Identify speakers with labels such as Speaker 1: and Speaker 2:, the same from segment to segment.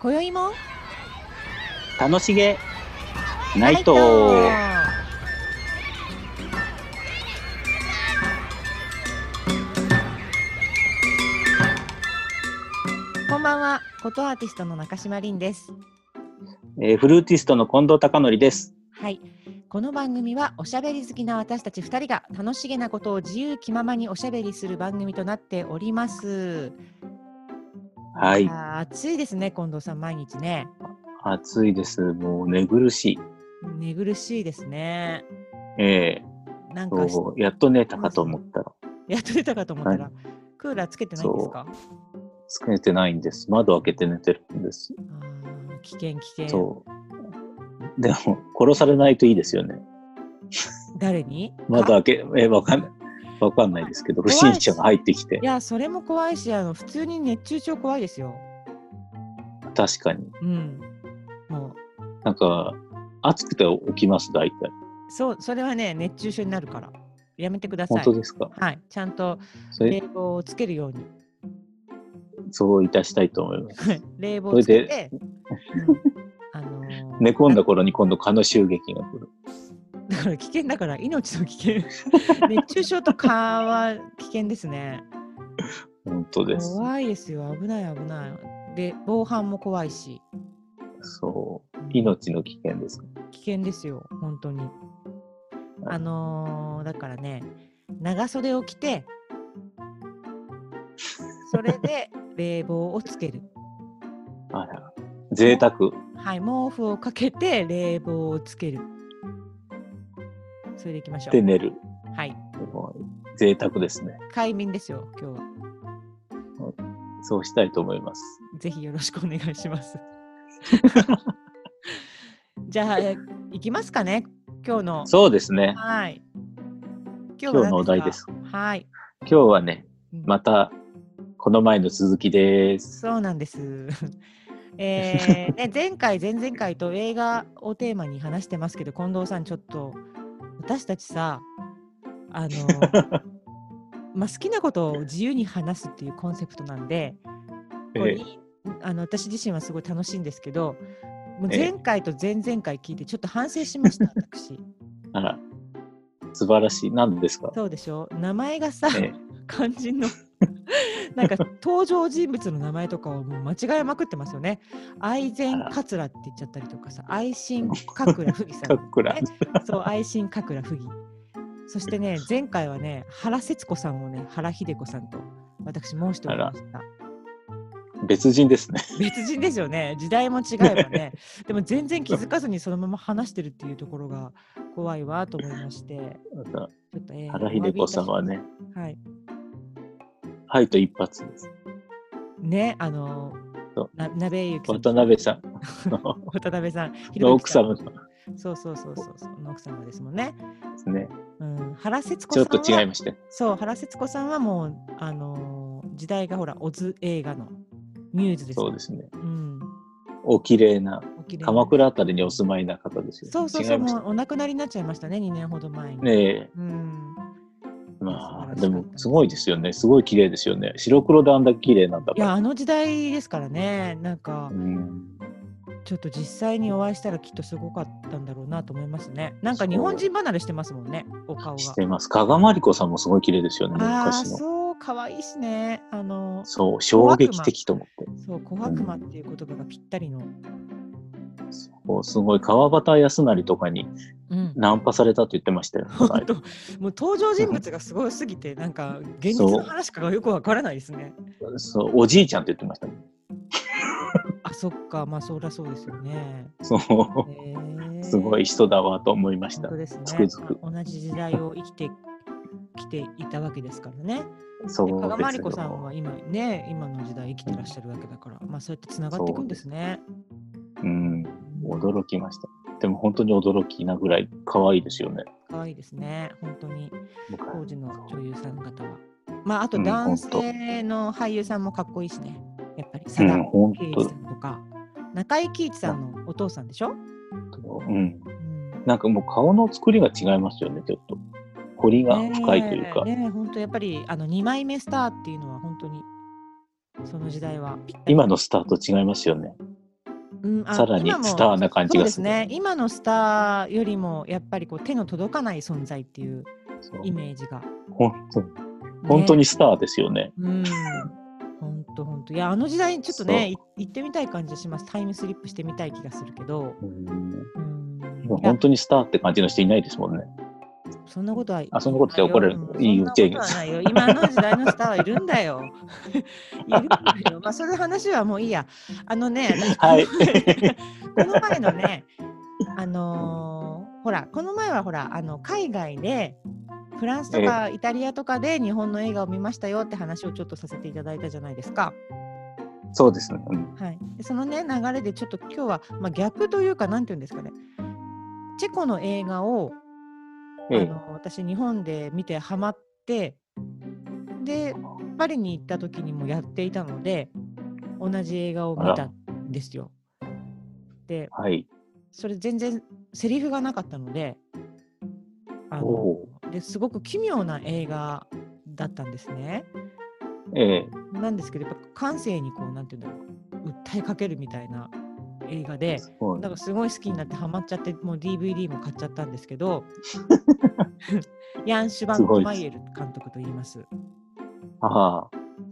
Speaker 1: 今宵も
Speaker 2: 楽しげナイ
Speaker 1: ナ
Speaker 2: ト
Speaker 1: イトこんばんは、ことアーティストの中島凛です。
Speaker 2: えーフルーティストの近藤孝則です。
Speaker 1: はい、この番組はおしゃべり好きな私たち2人が楽しげなことを自由気ままにおしゃべりする番組となっております。
Speaker 2: はい
Speaker 1: や、ー暑いですね、近藤さん、毎日ね。
Speaker 2: 暑いです。もう寝苦しい。
Speaker 1: 寝苦しいですね。
Speaker 2: え
Speaker 1: なん
Speaker 2: ー
Speaker 1: かし
Speaker 2: そうやっと寝たかと思ったら、
Speaker 1: やっと出たかと思ったら、
Speaker 2: は
Speaker 1: クーラーつけてないんですか
Speaker 2: つけてないんです。窓開けて寝てるんです。
Speaker 1: あー危険、危険。
Speaker 2: そう。でも、殺されないといいですよね。
Speaker 1: 誰に
Speaker 2: 窓
Speaker 1: か
Speaker 2: 開け、えーわかんない。わかんないですけど、不
Speaker 1: 怖い
Speaker 2: 審者が入ってきて
Speaker 1: い、や、それも怖いし、あの普通に熱中症怖いですよ。
Speaker 2: 確かに。
Speaker 1: うん。も
Speaker 2: なんか、暑くて起きます、大体。
Speaker 1: う、そう、それはね、熱中症になるから。やめてくだ
Speaker 2: 本
Speaker 1: さい
Speaker 2: 当。ですか
Speaker 1: はい、ちゃんと
Speaker 2: それ
Speaker 1: 冷、房をつけるように。
Speaker 2: そういたしたいと思います。
Speaker 1: はい冷房をつけて。うんあのー
Speaker 2: 寝込んだ頃に今度蚊の襲撃が来る。
Speaker 1: だから危険だから命の危険 熱中症と蚊は危険ですね
Speaker 2: 本当です。
Speaker 1: 怖いですよ危ない危ないで防犯も怖いし
Speaker 2: そう。命の危険です。
Speaker 1: 危険ですよ本当にあのーだからね長袖を着てそれで 冷房をつける
Speaker 2: あら。贅沢。
Speaker 1: はい毛布をかけて冷房をつけるそれでいきましょ
Speaker 2: で
Speaker 1: う
Speaker 2: 寝る。
Speaker 1: はい
Speaker 2: 贅沢ですね。
Speaker 1: 快眠ですよ今日は
Speaker 2: そうしたいと思います。
Speaker 1: ぜひよろしくお願いし ます。じゃあ、え行きますかね、今日の。
Speaker 2: そうですね。
Speaker 1: はい。今
Speaker 2: 今日のお題
Speaker 1: 何
Speaker 2: です
Speaker 1: か。。はい。
Speaker 2: 今日はね、
Speaker 1: うん
Speaker 2: また、この前の続きです。
Speaker 1: そうなん です。えーね、前回、前々回と映画をテーマに話してますけど、近藤さん、ちょっと私たちさ、あ のまあ、好きなことを自由に話すっていうコンセプトなんで、これ
Speaker 2: え
Speaker 1: いいあの私自身はすごい楽しいんですけど、もう
Speaker 2: ええ
Speaker 1: 前回と前々回聞いてちょっと反省しました、 私。
Speaker 2: あら。素晴らしい。何ですか
Speaker 1: そうでしょ名前がさ、
Speaker 2: ええ
Speaker 1: 肝心 のなんか登場人物の名前とかをもう間違えまくってますよね。愛
Speaker 2: あ
Speaker 1: 禅
Speaker 2: ら
Speaker 1: カツラって言っちゃったりとかさ、愛心カクラフギさん、
Speaker 2: かっこら
Speaker 1: ね。そう、愛心カクラフギ。そしてね、前回はね、原節子さんをね、原秀子さんと私申しておりました。
Speaker 2: 別人ですね。
Speaker 1: 別人ですよね時代も違えばねでも全然気づかずにそのまま話してるっていうところが怖いわと思いまして
Speaker 2: また
Speaker 1: ちょっと、えー
Speaker 2: 原秀子さんはね、
Speaker 1: お詫びいたしますはい
Speaker 2: はいと一発です。
Speaker 1: ねあの
Speaker 2: そう
Speaker 1: な鍋ゆきさん
Speaker 2: 渡 辺さんの
Speaker 1: 渡辺さんひ
Speaker 2: の
Speaker 1: ろゆ
Speaker 2: 奥
Speaker 1: きさん
Speaker 2: 様の
Speaker 1: そうそうそうそうそうの奥様ですもんね、
Speaker 2: ですね。
Speaker 1: うん、原節子
Speaker 2: ち
Speaker 1: さ
Speaker 2: ょ
Speaker 1: ん
Speaker 2: っ
Speaker 1: は
Speaker 2: と違いました。
Speaker 1: そう原節子さんはもうあのー時代がほらオズ映画のミューズです、
Speaker 2: そうですすね。
Speaker 1: うん、
Speaker 2: お綺麗な
Speaker 1: お綺麗な
Speaker 2: 鎌倉あたりにお住まいな方ですよね。
Speaker 1: そうそうそ
Speaker 2: 違いうまし
Speaker 1: も
Speaker 2: た
Speaker 1: うお亡くなりになっちゃいましたね2年ほど前に、
Speaker 2: ねえ
Speaker 1: うん
Speaker 2: ま
Speaker 1: 素晴らし
Speaker 2: あ
Speaker 1: かった
Speaker 2: でもすごいですよね。すごい綺麗ですよね。白黒であんだけ綺麗なんだ
Speaker 1: い
Speaker 2: か
Speaker 1: や
Speaker 2: ら。
Speaker 1: あの時代ですからねなんか
Speaker 2: うん、
Speaker 1: ちょっと実際にお会いしたらきっとすごかったんだろうなと思いますねなんか日本人離れしてますもんねお顔
Speaker 2: し
Speaker 1: が
Speaker 2: てます。加賀まりこさんもすごい綺麗ですよね。
Speaker 1: ああ
Speaker 2: 昔の。そう
Speaker 1: そう可愛いしねあの
Speaker 2: 衝撃的と思って。
Speaker 1: そう小悪魔っていう言葉がぴったりの
Speaker 2: そうすごい川端康成とかに
Speaker 1: うん
Speaker 2: ナンパされたって言ってましたよ。この
Speaker 1: 本
Speaker 2: 間
Speaker 1: 当もう登場人物がすごすぎてなんか現実の話かがよくわからないですね
Speaker 2: そうおじいちゃんって言ってましたもん。
Speaker 1: あそっかまあそりゃそうですよね
Speaker 2: そう。
Speaker 1: へー
Speaker 2: すごい人だわと思いまし
Speaker 1: 本
Speaker 2: た
Speaker 1: 当。ですね
Speaker 2: つくづく
Speaker 1: 同じ時代を生きてきていたわけですからね
Speaker 2: そう
Speaker 1: で加賀まり
Speaker 2: です
Speaker 1: こさん
Speaker 2: よ。
Speaker 1: は今ね今の時代生きてらっしゃるわけだから、まあそうやってつながっていくんですね。
Speaker 2: うん。驚きました。でも本当に驚きなぐらい可愛いですよね。
Speaker 1: 可愛いですね本当に
Speaker 2: 僕は
Speaker 1: 当時の女優さん方は。まああと男性の俳優さんもかっこいいしねやっぱり佐
Speaker 2: うん、
Speaker 1: 田
Speaker 2: 本
Speaker 1: 圭
Speaker 2: 当
Speaker 1: 一さんとか、中井貴一さんのお父さんでしょ、
Speaker 2: うん。
Speaker 1: うん
Speaker 2: なんかもう顔の作りが違いますよね、ちょっと。彫りが深いというか、
Speaker 1: ねえねえ本当やっぱりあの2枚目スターっていうのは本当にその時代はぴったり
Speaker 2: 今のスターと違いますよね。
Speaker 1: うんあ
Speaker 2: さらに
Speaker 1: 今も
Speaker 2: スターな感じ
Speaker 1: そう
Speaker 2: が
Speaker 1: ですす
Speaker 2: る。
Speaker 1: ね今のスターよりもやっぱりこう手の届かない存在っていう
Speaker 2: そう
Speaker 1: イメージが、
Speaker 2: 本当本当
Speaker 1: ね
Speaker 2: にスターですよね。
Speaker 1: うん本当本当いやあの時代にちょっと
Speaker 2: そう
Speaker 1: ねい行ってみたい感じがしますタイムスリップしてみたい気がするけど
Speaker 2: うん
Speaker 1: うん
Speaker 2: 今
Speaker 1: いや
Speaker 2: 本当にスターって感じの人いないですもんね。
Speaker 1: そんなことは
Speaker 2: あそんなことって怒られる
Speaker 1: うん
Speaker 2: いい
Speaker 1: そんなことはないよ今の時代のスターはいるんだよ いるんだよまあそれの話はもういいやあのね
Speaker 2: はい。
Speaker 1: この前のね、あのーほら、この前はほら、あの海外で、フランスとかイタリアとかで日本の映画を見ましたよって話をちょっとさせていただいたじゃないですか。
Speaker 2: そうですね。うん
Speaker 1: はい、でそのね、流れでちょっと今日は、まあ、逆というか、なんていうんですかね、チェコの映画を、
Speaker 2: え
Speaker 1: あ
Speaker 2: え
Speaker 1: の私、日本で見てハマって、で、パリに行った時にもやっていたので、同じ映画を見たんですよ。で、
Speaker 2: はい。
Speaker 1: それ全然セリフがなかったのであの
Speaker 2: お
Speaker 1: ですごく奇妙な映画だったんですね。
Speaker 2: ーええ
Speaker 1: なんですけどやっぱ感性にこうなんていうんだろう訴えかけるみたいな映画で
Speaker 2: そう
Speaker 1: だからすごい好きになってハマっちゃってもう DVD も買っちゃったんですけどヤン・シュバンクマイエル監督と言います。
Speaker 2: あ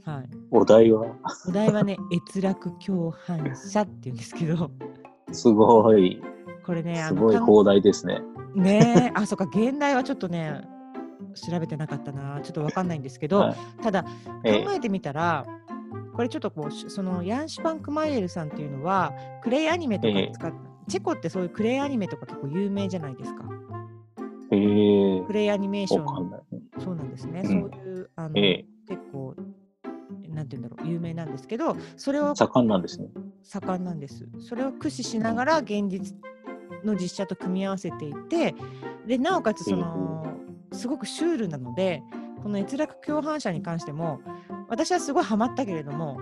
Speaker 2: あ、
Speaker 1: はい、
Speaker 2: お題は
Speaker 1: お題はね「閲楽共犯者」って言うんですけど
Speaker 2: すごい、
Speaker 1: これねあ
Speaker 2: す
Speaker 1: の
Speaker 2: ごい
Speaker 1: 韓
Speaker 2: 広大ですね。
Speaker 1: ねえ、あ、そっか、現代はちょっとね、調べてなかったな、ちょっとわかんないんですけど、
Speaker 2: はい
Speaker 1: ただ、考
Speaker 2: ええ
Speaker 1: えてみたら、これちょっとこう、しそのヤンシュパンクマイエルさんっていうのは、クレイアニメとか
Speaker 2: ええ
Speaker 1: 使っチェコってそういうクレイアニメとか結構有名じゃないですか。
Speaker 2: ええ
Speaker 1: クレイアニメーショ
Speaker 2: わかん
Speaker 1: ン、
Speaker 2: ない。
Speaker 1: そうなんですね。
Speaker 2: うん
Speaker 1: そういう、あの、
Speaker 2: ええ
Speaker 1: 結構、なんて言うんだろう、有名なんですけど、それを
Speaker 2: 盛んなんですね。
Speaker 1: 盛んなんです。それを駆使しながら現実の実写と組み合わせていてでなおかつそのすごくシュールなのでこの閲楽共犯者に関しても私はすごいハマったけれども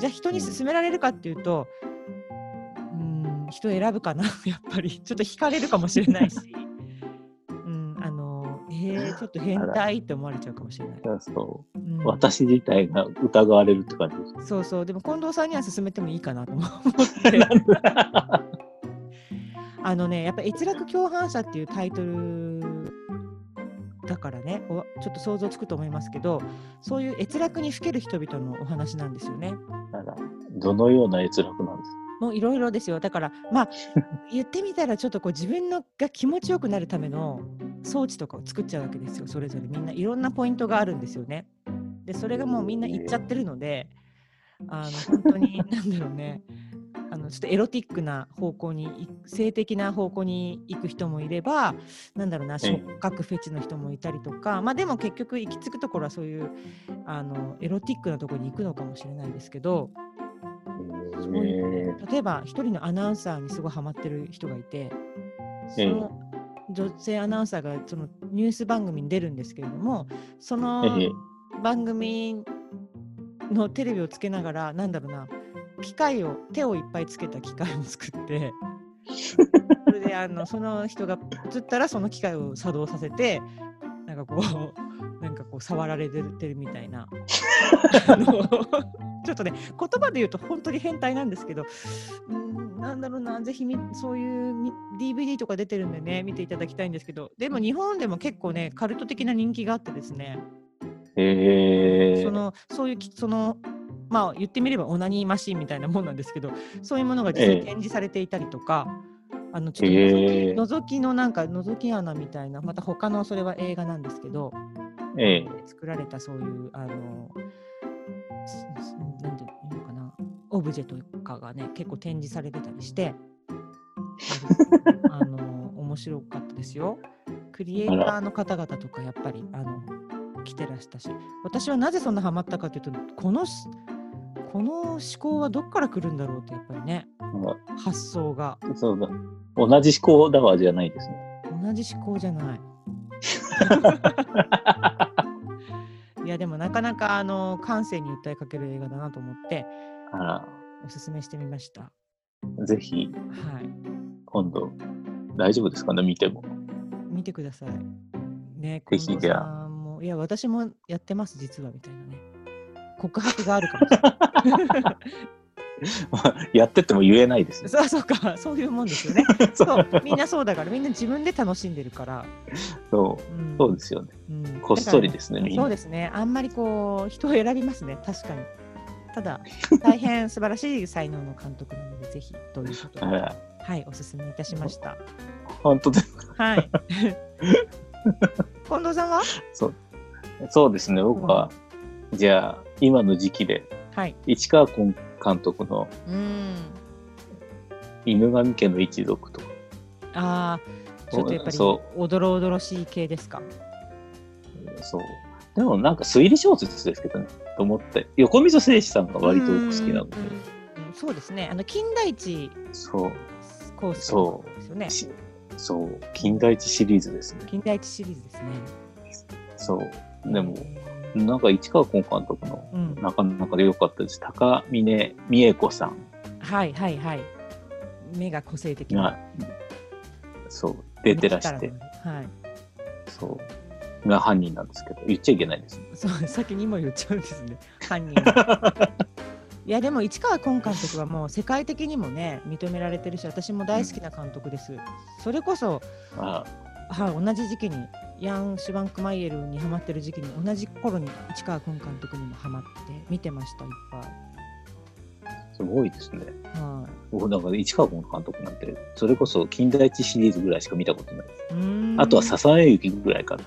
Speaker 1: じゃあ人に勧められるかっていうとうーん人選ぶかな やっぱりちょっと惹かれるかもしれないしうんあのえー、ちょっと変態って思われちゃうかもしれない。
Speaker 2: そう
Speaker 1: うん
Speaker 2: 私自体が疑われるって感じです。
Speaker 1: そうそうでも近藤さんには勧めてもいいかなと思って。あのね、やっぱ閲楽共犯者っていうタイトルだからね、おちょっと想像つくと思いますけど、そういう閲楽にふける人々のお話なんですよね。
Speaker 2: だからどのような閲楽なんです
Speaker 1: もういろいろですよ。だから、まあ、言ってみたら、ちょっとこう自分のが気持ちよくなるための装置とかを作っちゃうわけですよ。それぞれみんないろんなポイントがあるんですよね。で、それがもうみんな言っちゃってるので、あの本当に なんだろうね。あのちょっとエロティックな方向にい性的な方向に行く人もいればなんだろうな
Speaker 2: ええ
Speaker 1: 触覚フェチの人もいたりとか、まあ、でも結局行き着くところはそういうあのエロティックなところに行くのかもしれないですけど、
Speaker 2: か
Speaker 1: そういうね例えば一人のアナウンサーにすごいハマってる人がいてそ
Speaker 2: ええ
Speaker 1: の女性アナウンサーがそのニュース番組に出るんですけれどもそ
Speaker 2: ええ
Speaker 1: の番組のテレビをつけながらなんだろうな機械を手をいっぱいつけた機械を作ってそれであのその人が映ったらその機械を作動させてなんかこうなんかこう触られてるみたいなあのちょっとね言葉で言うと本当に変態なんですけどうーんなんだろうなぜひみそういうみ DVD とか出てるんでね見ていただきたいんですけどでも日本でも結構ねカルト的な人気があってですね
Speaker 2: え
Speaker 1: そのそういうきそのまあ言ってみればオナニーマシンみたいなもんなんです けどそういうものが実際
Speaker 2: ええ
Speaker 1: に展示されていたりとか、あのちょっと覗き,、
Speaker 2: ええ
Speaker 1: 覗きのなんか覗き穴みたいなまた他のそれは映画なんですけど
Speaker 2: ええ
Speaker 1: 作られたそういうあのすすなんていうのかなオブジェとかがね結構展示されてたりしてあの面白かったですよ。クリエイターの方々とかやっぱりあの来てらしたし私はなぜそんなハマったかというとこのしこの思考はどっから来るんだろうってやっぱりね
Speaker 2: あ
Speaker 1: 発想が
Speaker 2: そうだ同じ思考だわじゃないですね。
Speaker 1: 同じ思考じゃ ない。いやでもなかなかあの感性に訴えかける映画だなと思って
Speaker 2: あ
Speaker 1: おすすめしてみました。
Speaker 2: らぜひ
Speaker 1: はい、
Speaker 2: 今度大丈夫ですかね見ても。
Speaker 1: 見てください。ね、
Speaker 2: ぜひ
Speaker 1: 近藤
Speaker 2: じゃ
Speaker 1: さんもいや私 もやってます実はみたいなね告白があるかもしれない。
Speaker 2: やってても言えないですね。
Speaker 1: そうそうか、そういうもん ですよね。そう、みんなそうだから、みんな自分で楽しんでるから。
Speaker 2: そう
Speaker 1: うん
Speaker 2: そうですよね。
Speaker 1: うん
Speaker 2: こっそりですね、みん
Speaker 1: そう
Speaker 2: な。
Speaker 1: ですね。あんまりこう人を選びますね。確かに。ただ大変素晴らしい才能の監督なのでぜひということ で、
Speaker 2: は
Speaker 1: はいお勧めいたしま した。
Speaker 2: い本当です。
Speaker 1: はい。 近藤さんは？
Speaker 2: そうですね、僕は、じゃあ、今の時期で、
Speaker 1: はい。
Speaker 2: 市川崑監督の
Speaker 1: うーん。
Speaker 2: 犬神家の一族とか、
Speaker 1: ああ、ちょっとやっぱり
Speaker 2: そ
Speaker 1: おどろおどろしい系ですか。
Speaker 2: そう。でもなんか推理小説ですけどね、と思って。横溝正史さんが割と僕好きなので
Speaker 1: う、んうんうんそうですね。あの金田一
Speaker 2: そう。
Speaker 1: コース
Speaker 2: そ
Speaker 1: ですよね。
Speaker 2: しそう。近代一シリーズですね。
Speaker 1: 金田一シリーズですね。
Speaker 2: そう。でも、なんか市川崑監督の
Speaker 1: うん。
Speaker 2: なかなかで良かったです。高峰美恵子さん
Speaker 1: はいはいはい。目が個性的な。
Speaker 2: が、そう、出てらして、
Speaker 1: はい。
Speaker 2: そう、が犯人なんですけど、言っちゃいけないですね。
Speaker 1: そう、先にも言っちゃうんです ね。犯人が。いやでも市川崑監督はもう世界的にもね認められてるし私も大好きな監督です、それこそ、
Speaker 2: あ
Speaker 1: はい、同じ時期にヤン・シュバンクマイエルにハマってる時期に同じ頃に市川崑監督にもハマって見てましたいっ
Speaker 2: すごいですね。
Speaker 1: ぱい、は
Speaker 2: 僕なんか市川崑監督なんて、それこそ近代一シリーズぐらいしか見たことない。
Speaker 1: い、うーん
Speaker 2: あとは笹目雪ぐらいかな。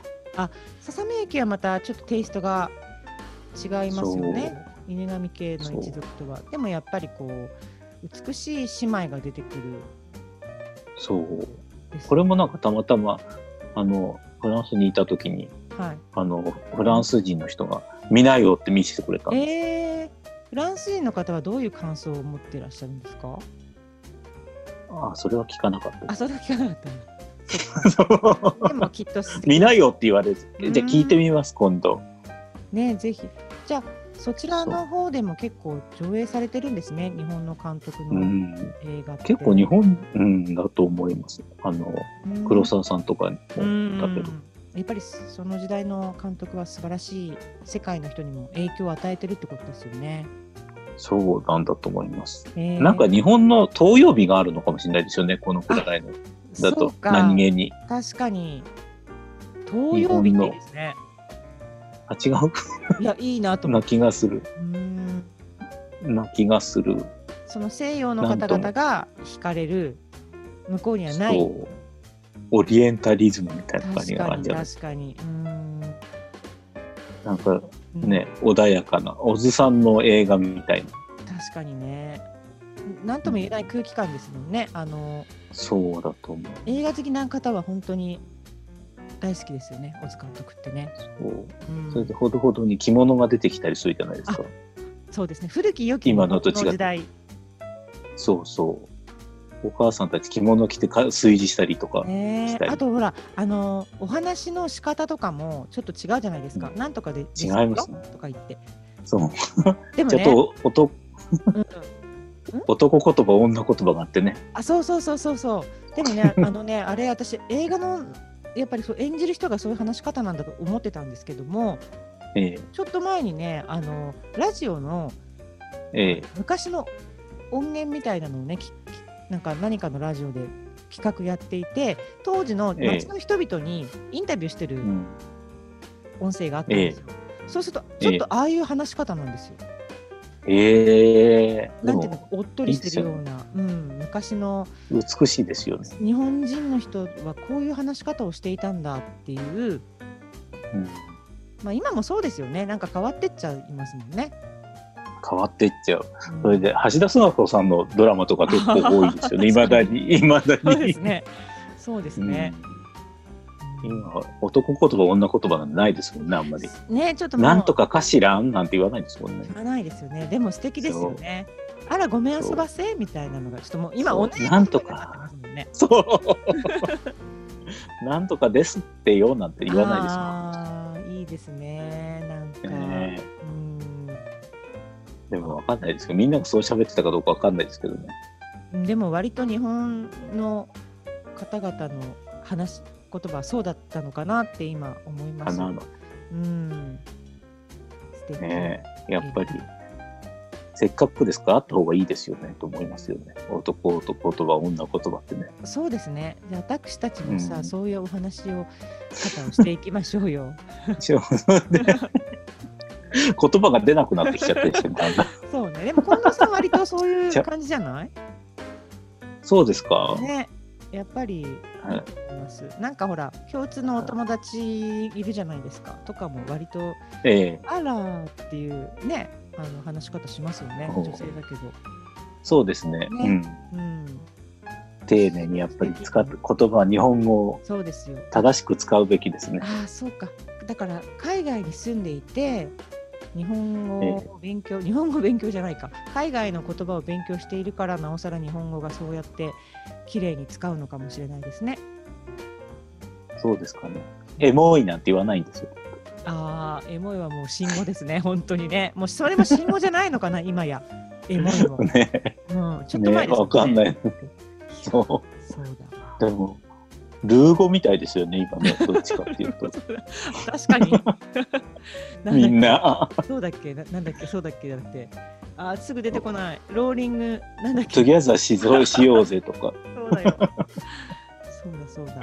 Speaker 1: ささめ駅はまたちょっとテイストが違いますよね犬神系の一族とはでもやっぱりこう美しい姉妹が出てくる
Speaker 2: そう。そう。
Speaker 1: です
Speaker 2: これもなんかたまたま、あの、フランスにいた時に、
Speaker 1: はい
Speaker 2: あの、フランス人の人が、見ないよって見せてくれたんです
Speaker 1: えー、フランス人の方はどういう感想を持ってらっしゃるんですか
Speaker 2: ああ、それは聞かなかった
Speaker 1: あ
Speaker 2: です。
Speaker 1: それは聞かなかったな
Speaker 2: そう
Speaker 1: でもきっと素敵
Speaker 2: 見ないよって言われず。
Speaker 1: うん
Speaker 2: じゃあ聞いてみます、今度。
Speaker 1: ねぜひじゃあそちらの方でも結構上映されてるんですね日本の監督
Speaker 2: う
Speaker 1: の
Speaker 2: ん。
Speaker 1: 映画って、
Speaker 2: 結構日本、うん、だと思います。あの、
Speaker 1: うん
Speaker 2: 黒沢さんとかに
Speaker 1: う
Speaker 2: も、だけ
Speaker 1: ん
Speaker 2: ど。
Speaker 1: やっぱりその時代の監督は素晴らしい世界の人にも影響を与えてるってことですよね。
Speaker 2: そうなんだと思います。
Speaker 1: えー
Speaker 2: なんか日本の東曜日があるのかもしれないですよね、このくらいの。だ
Speaker 1: そ
Speaker 2: と
Speaker 1: う、か
Speaker 2: 何気に。
Speaker 1: 確かに東曜日っていいですね。
Speaker 2: あ、違う
Speaker 1: いやいいなと思
Speaker 2: な
Speaker 1: って。
Speaker 2: 気がする。
Speaker 1: うん
Speaker 2: な気がする。
Speaker 1: その西洋の方々が惹かれる向こうにはない
Speaker 2: そう。オリエンタリズムみたいな感じ
Speaker 1: 確
Speaker 2: があ
Speaker 1: か
Speaker 2: るん
Speaker 1: に
Speaker 2: じゃない
Speaker 1: 確かにうん
Speaker 2: なんか
Speaker 1: うん
Speaker 2: ね、穏やかな、おずさんの映画みたいな。
Speaker 1: 確かにね何とも言えない空気感ですもんねあの
Speaker 2: そうだと思う。
Speaker 1: 映画好きな方は本当に大好きですよね大津監督ってね、
Speaker 2: そう
Speaker 1: うん
Speaker 2: それでほどほどに着物が出てきたりするじゃないですか。
Speaker 1: そうですね古き良き
Speaker 2: 今のと違って
Speaker 1: 時代
Speaker 2: そうそう。お母さんたち着物着てか炊事したりとか。
Speaker 1: ね
Speaker 2: したい
Speaker 1: あとほらあのお話の仕方とかもちょっと違うじゃないですか、
Speaker 2: う
Speaker 1: なんとかで
Speaker 2: 違いますね
Speaker 1: とか言って
Speaker 2: そう。
Speaker 1: でも
Speaker 2: ちょっ
Speaker 1: ね
Speaker 2: と男
Speaker 1: うん
Speaker 2: 男言葉、女言葉があってね。
Speaker 1: あそうそうそうそうそうでも ねあのねあれ私映画のやっぱりそう演じる人がそういう話し方なんだと思ってたんですけども
Speaker 2: え
Speaker 1: ちょっと前にねあのラジオの
Speaker 2: ええ
Speaker 1: 昔の音源みたいなのをねききなんか何かのラジオで企画やっていて当時の街の人々にインタビューして
Speaker 2: えう
Speaker 1: る
Speaker 2: ん。
Speaker 1: 音声があったんですよ、そうするとちょっとああいう話し方なんですよ、
Speaker 2: ええで
Speaker 1: なんていうの
Speaker 2: も
Speaker 1: おっとりしてるようなうん、昔の
Speaker 2: 美しいですよね。
Speaker 1: 日本人の人はこういう話し方をしていたんだっていう、
Speaker 2: うん、
Speaker 1: まあ、今もそうですよねなんか変わってっちゃいますもんね。
Speaker 2: 変わっていっちゃう。
Speaker 1: うん
Speaker 2: それで橋田壽賀子さんのドラマとか結構多いですよね。 いまだに、いまだに。
Speaker 1: そうですね。そうですね。
Speaker 2: うん今男言葉女言葉なんてないですもんねあんまり。
Speaker 1: ねちょっともう
Speaker 2: なんとかかしらんなんて言わないですもんね
Speaker 1: 言。わないですよね。でも素敵ですよね。あらごめんあそばせみたいなのがちょっともう今
Speaker 2: そう
Speaker 1: おね
Speaker 2: なんとか
Speaker 1: なってますもんね。
Speaker 2: そう。 なんとかですってよなんて言わないですもん。
Speaker 1: ああいいですね。なんか、
Speaker 2: ねえ
Speaker 1: うん。
Speaker 2: でもわかんないですけど、みんながそう喋ってたかどうかわかんないですけどね。
Speaker 1: でも割と日本の方々の話し言葉はそうだったのかなって今思いま
Speaker 2: あ
Speaker 1: す。
Speaker 2: の、
Speaker 1: うん。素敵。
Speaker 2: ねやっぱり、せっかくですからあった方がいいですよねと思いますよね。男と言葉、女言葉ってね。
Speaker 1: そうですね。じゃあ私たちもさ、
Speaker 2: うん
Speaker 1: そういうお話を方をしていきましょうよ。
Speaker 2: 一応言葉が出なくなってきちゃったりしてねだんだん
Speaker 1: そうね。でも近藤さん割とそうい
Speaker 2: じ
Speaker 1: う
Speaker 2: ゃ
Speaker 1: 感じじゃない？
Speaker 2: そうですか。
Speaker 1: ね。やっぱり
Speaker 2: はい
Speaker 1: いと思います。なんかほら共通のお友達いるじゃないですか。とかも割と
Speaker 2: ええ
Speaker 1: あらーっていうねあの話し方しますよね。
Speaker 2: おう
Speaker 1: 女性だけど。
Speaker 2: そうですねうん。
Speaker 1: うん。
Speaker 2: 丁寧にやっぱり使って言葉、日本語を
Speaker 1: そうですよ。
Speaker 2: 正しく使うべきですね。
Speaker 1: ああそうかだから海外に住んでいて日本語を勉強、日本語勉強じゃないか海外の言葉を勉強しているからなおさら日本語がそうやって綺麗に使うのかもしれないですね。
Speaker 2: そうですかね。エモいなんて言わないんですよ。
Speaker 1: ああエモいはもう新語です ね本当にねもうそれも新語じゃないのかな今やエモいも、
Speaker 2: ね、
Speaker 1: うん、ちょっと前ですもね
Speaker 2: ねわかんない
Speaker 1: そう
Speaker 2: そ
Speaker 1: だわ
Speaker 2: う。でも、ルー語みたいですよね、今ね、どっちかっていう と。
Speaker 1: 確か にだっけ
Speaker 2: みんな、
Speaker 1: そうだっけななんだっけそうだっけだってあーすぐ出てこないローリングなんだっけ
Speaker 2: トゥギャザーしぞしようぜとか、
Speaker 1: そうだよ。そうだそうだ。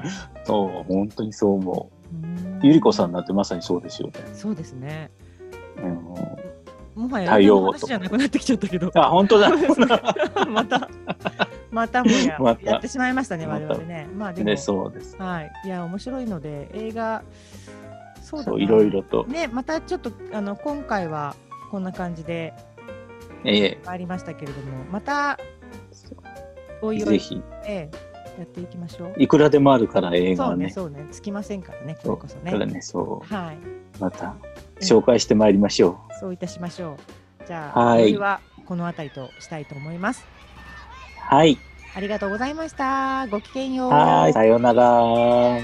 Speaker 2: そう、本当にそう思う。
Speaker 1: う
Speaker 2: ゆりこさん。なんてまさにそうですよね。
Speaker 1: そうですね。
Speaker 2: うん、
Speaker 1: もはや
Speaker 2: 対応
Speaker 1: 歌の話じゃなくなってきちゃったけど。
Speaker 2: あ、本当だ。
Speaker 1: またまたもや
Speaker 2: また
Speaker 1: やってしまいましたね
Speaker 2: ま
Speaker 1: 我
Speaker 2: た
Speaker 1: 々ね。まあでも、
Speaker 2: ね、そうです。
Speaker 1: はいいや面白いので映画そうだ
Speaker 2: そ
Speaker 1: な
Speaker 2: う、いろいろと。
Speaker 1: ねまたちょっとあの今回はこんな感じで
Speaker 2: ええ
Speaker 1: ありましたけれどもまたおいお
Speaker 2: ぜ
Speaker 1: い、
Speaker 2: ひ、
Speaker 1: ええやっていきましょう。
Speaker 2: いくらでもあるから映画
Speaker 1: そう
Speaker 2: は
Speaker 1: ね
Speaker 2: ね。
Speaker 1: そうねつきませんからねこ
Speaker 2: そ
Speaker 1: れ
Speaker 2: う
Speaker 1: こそ
Speaker 2: だから
Speaker 1: ね。
Speaker 2: ね、そ
Speaker 1: はい。
Speaker 2: う、また紹介してまいりましょ
Speaker 1: そういたしましょう。じゃあ、
Speaker 2: はい
Speaker 1: 今週はこの辺りとしたいと思います。
Speaker 2: う。はい、
Speaker 1: ありがとうございました。ごきげんよう。
Speaker 2: はい、さようなら。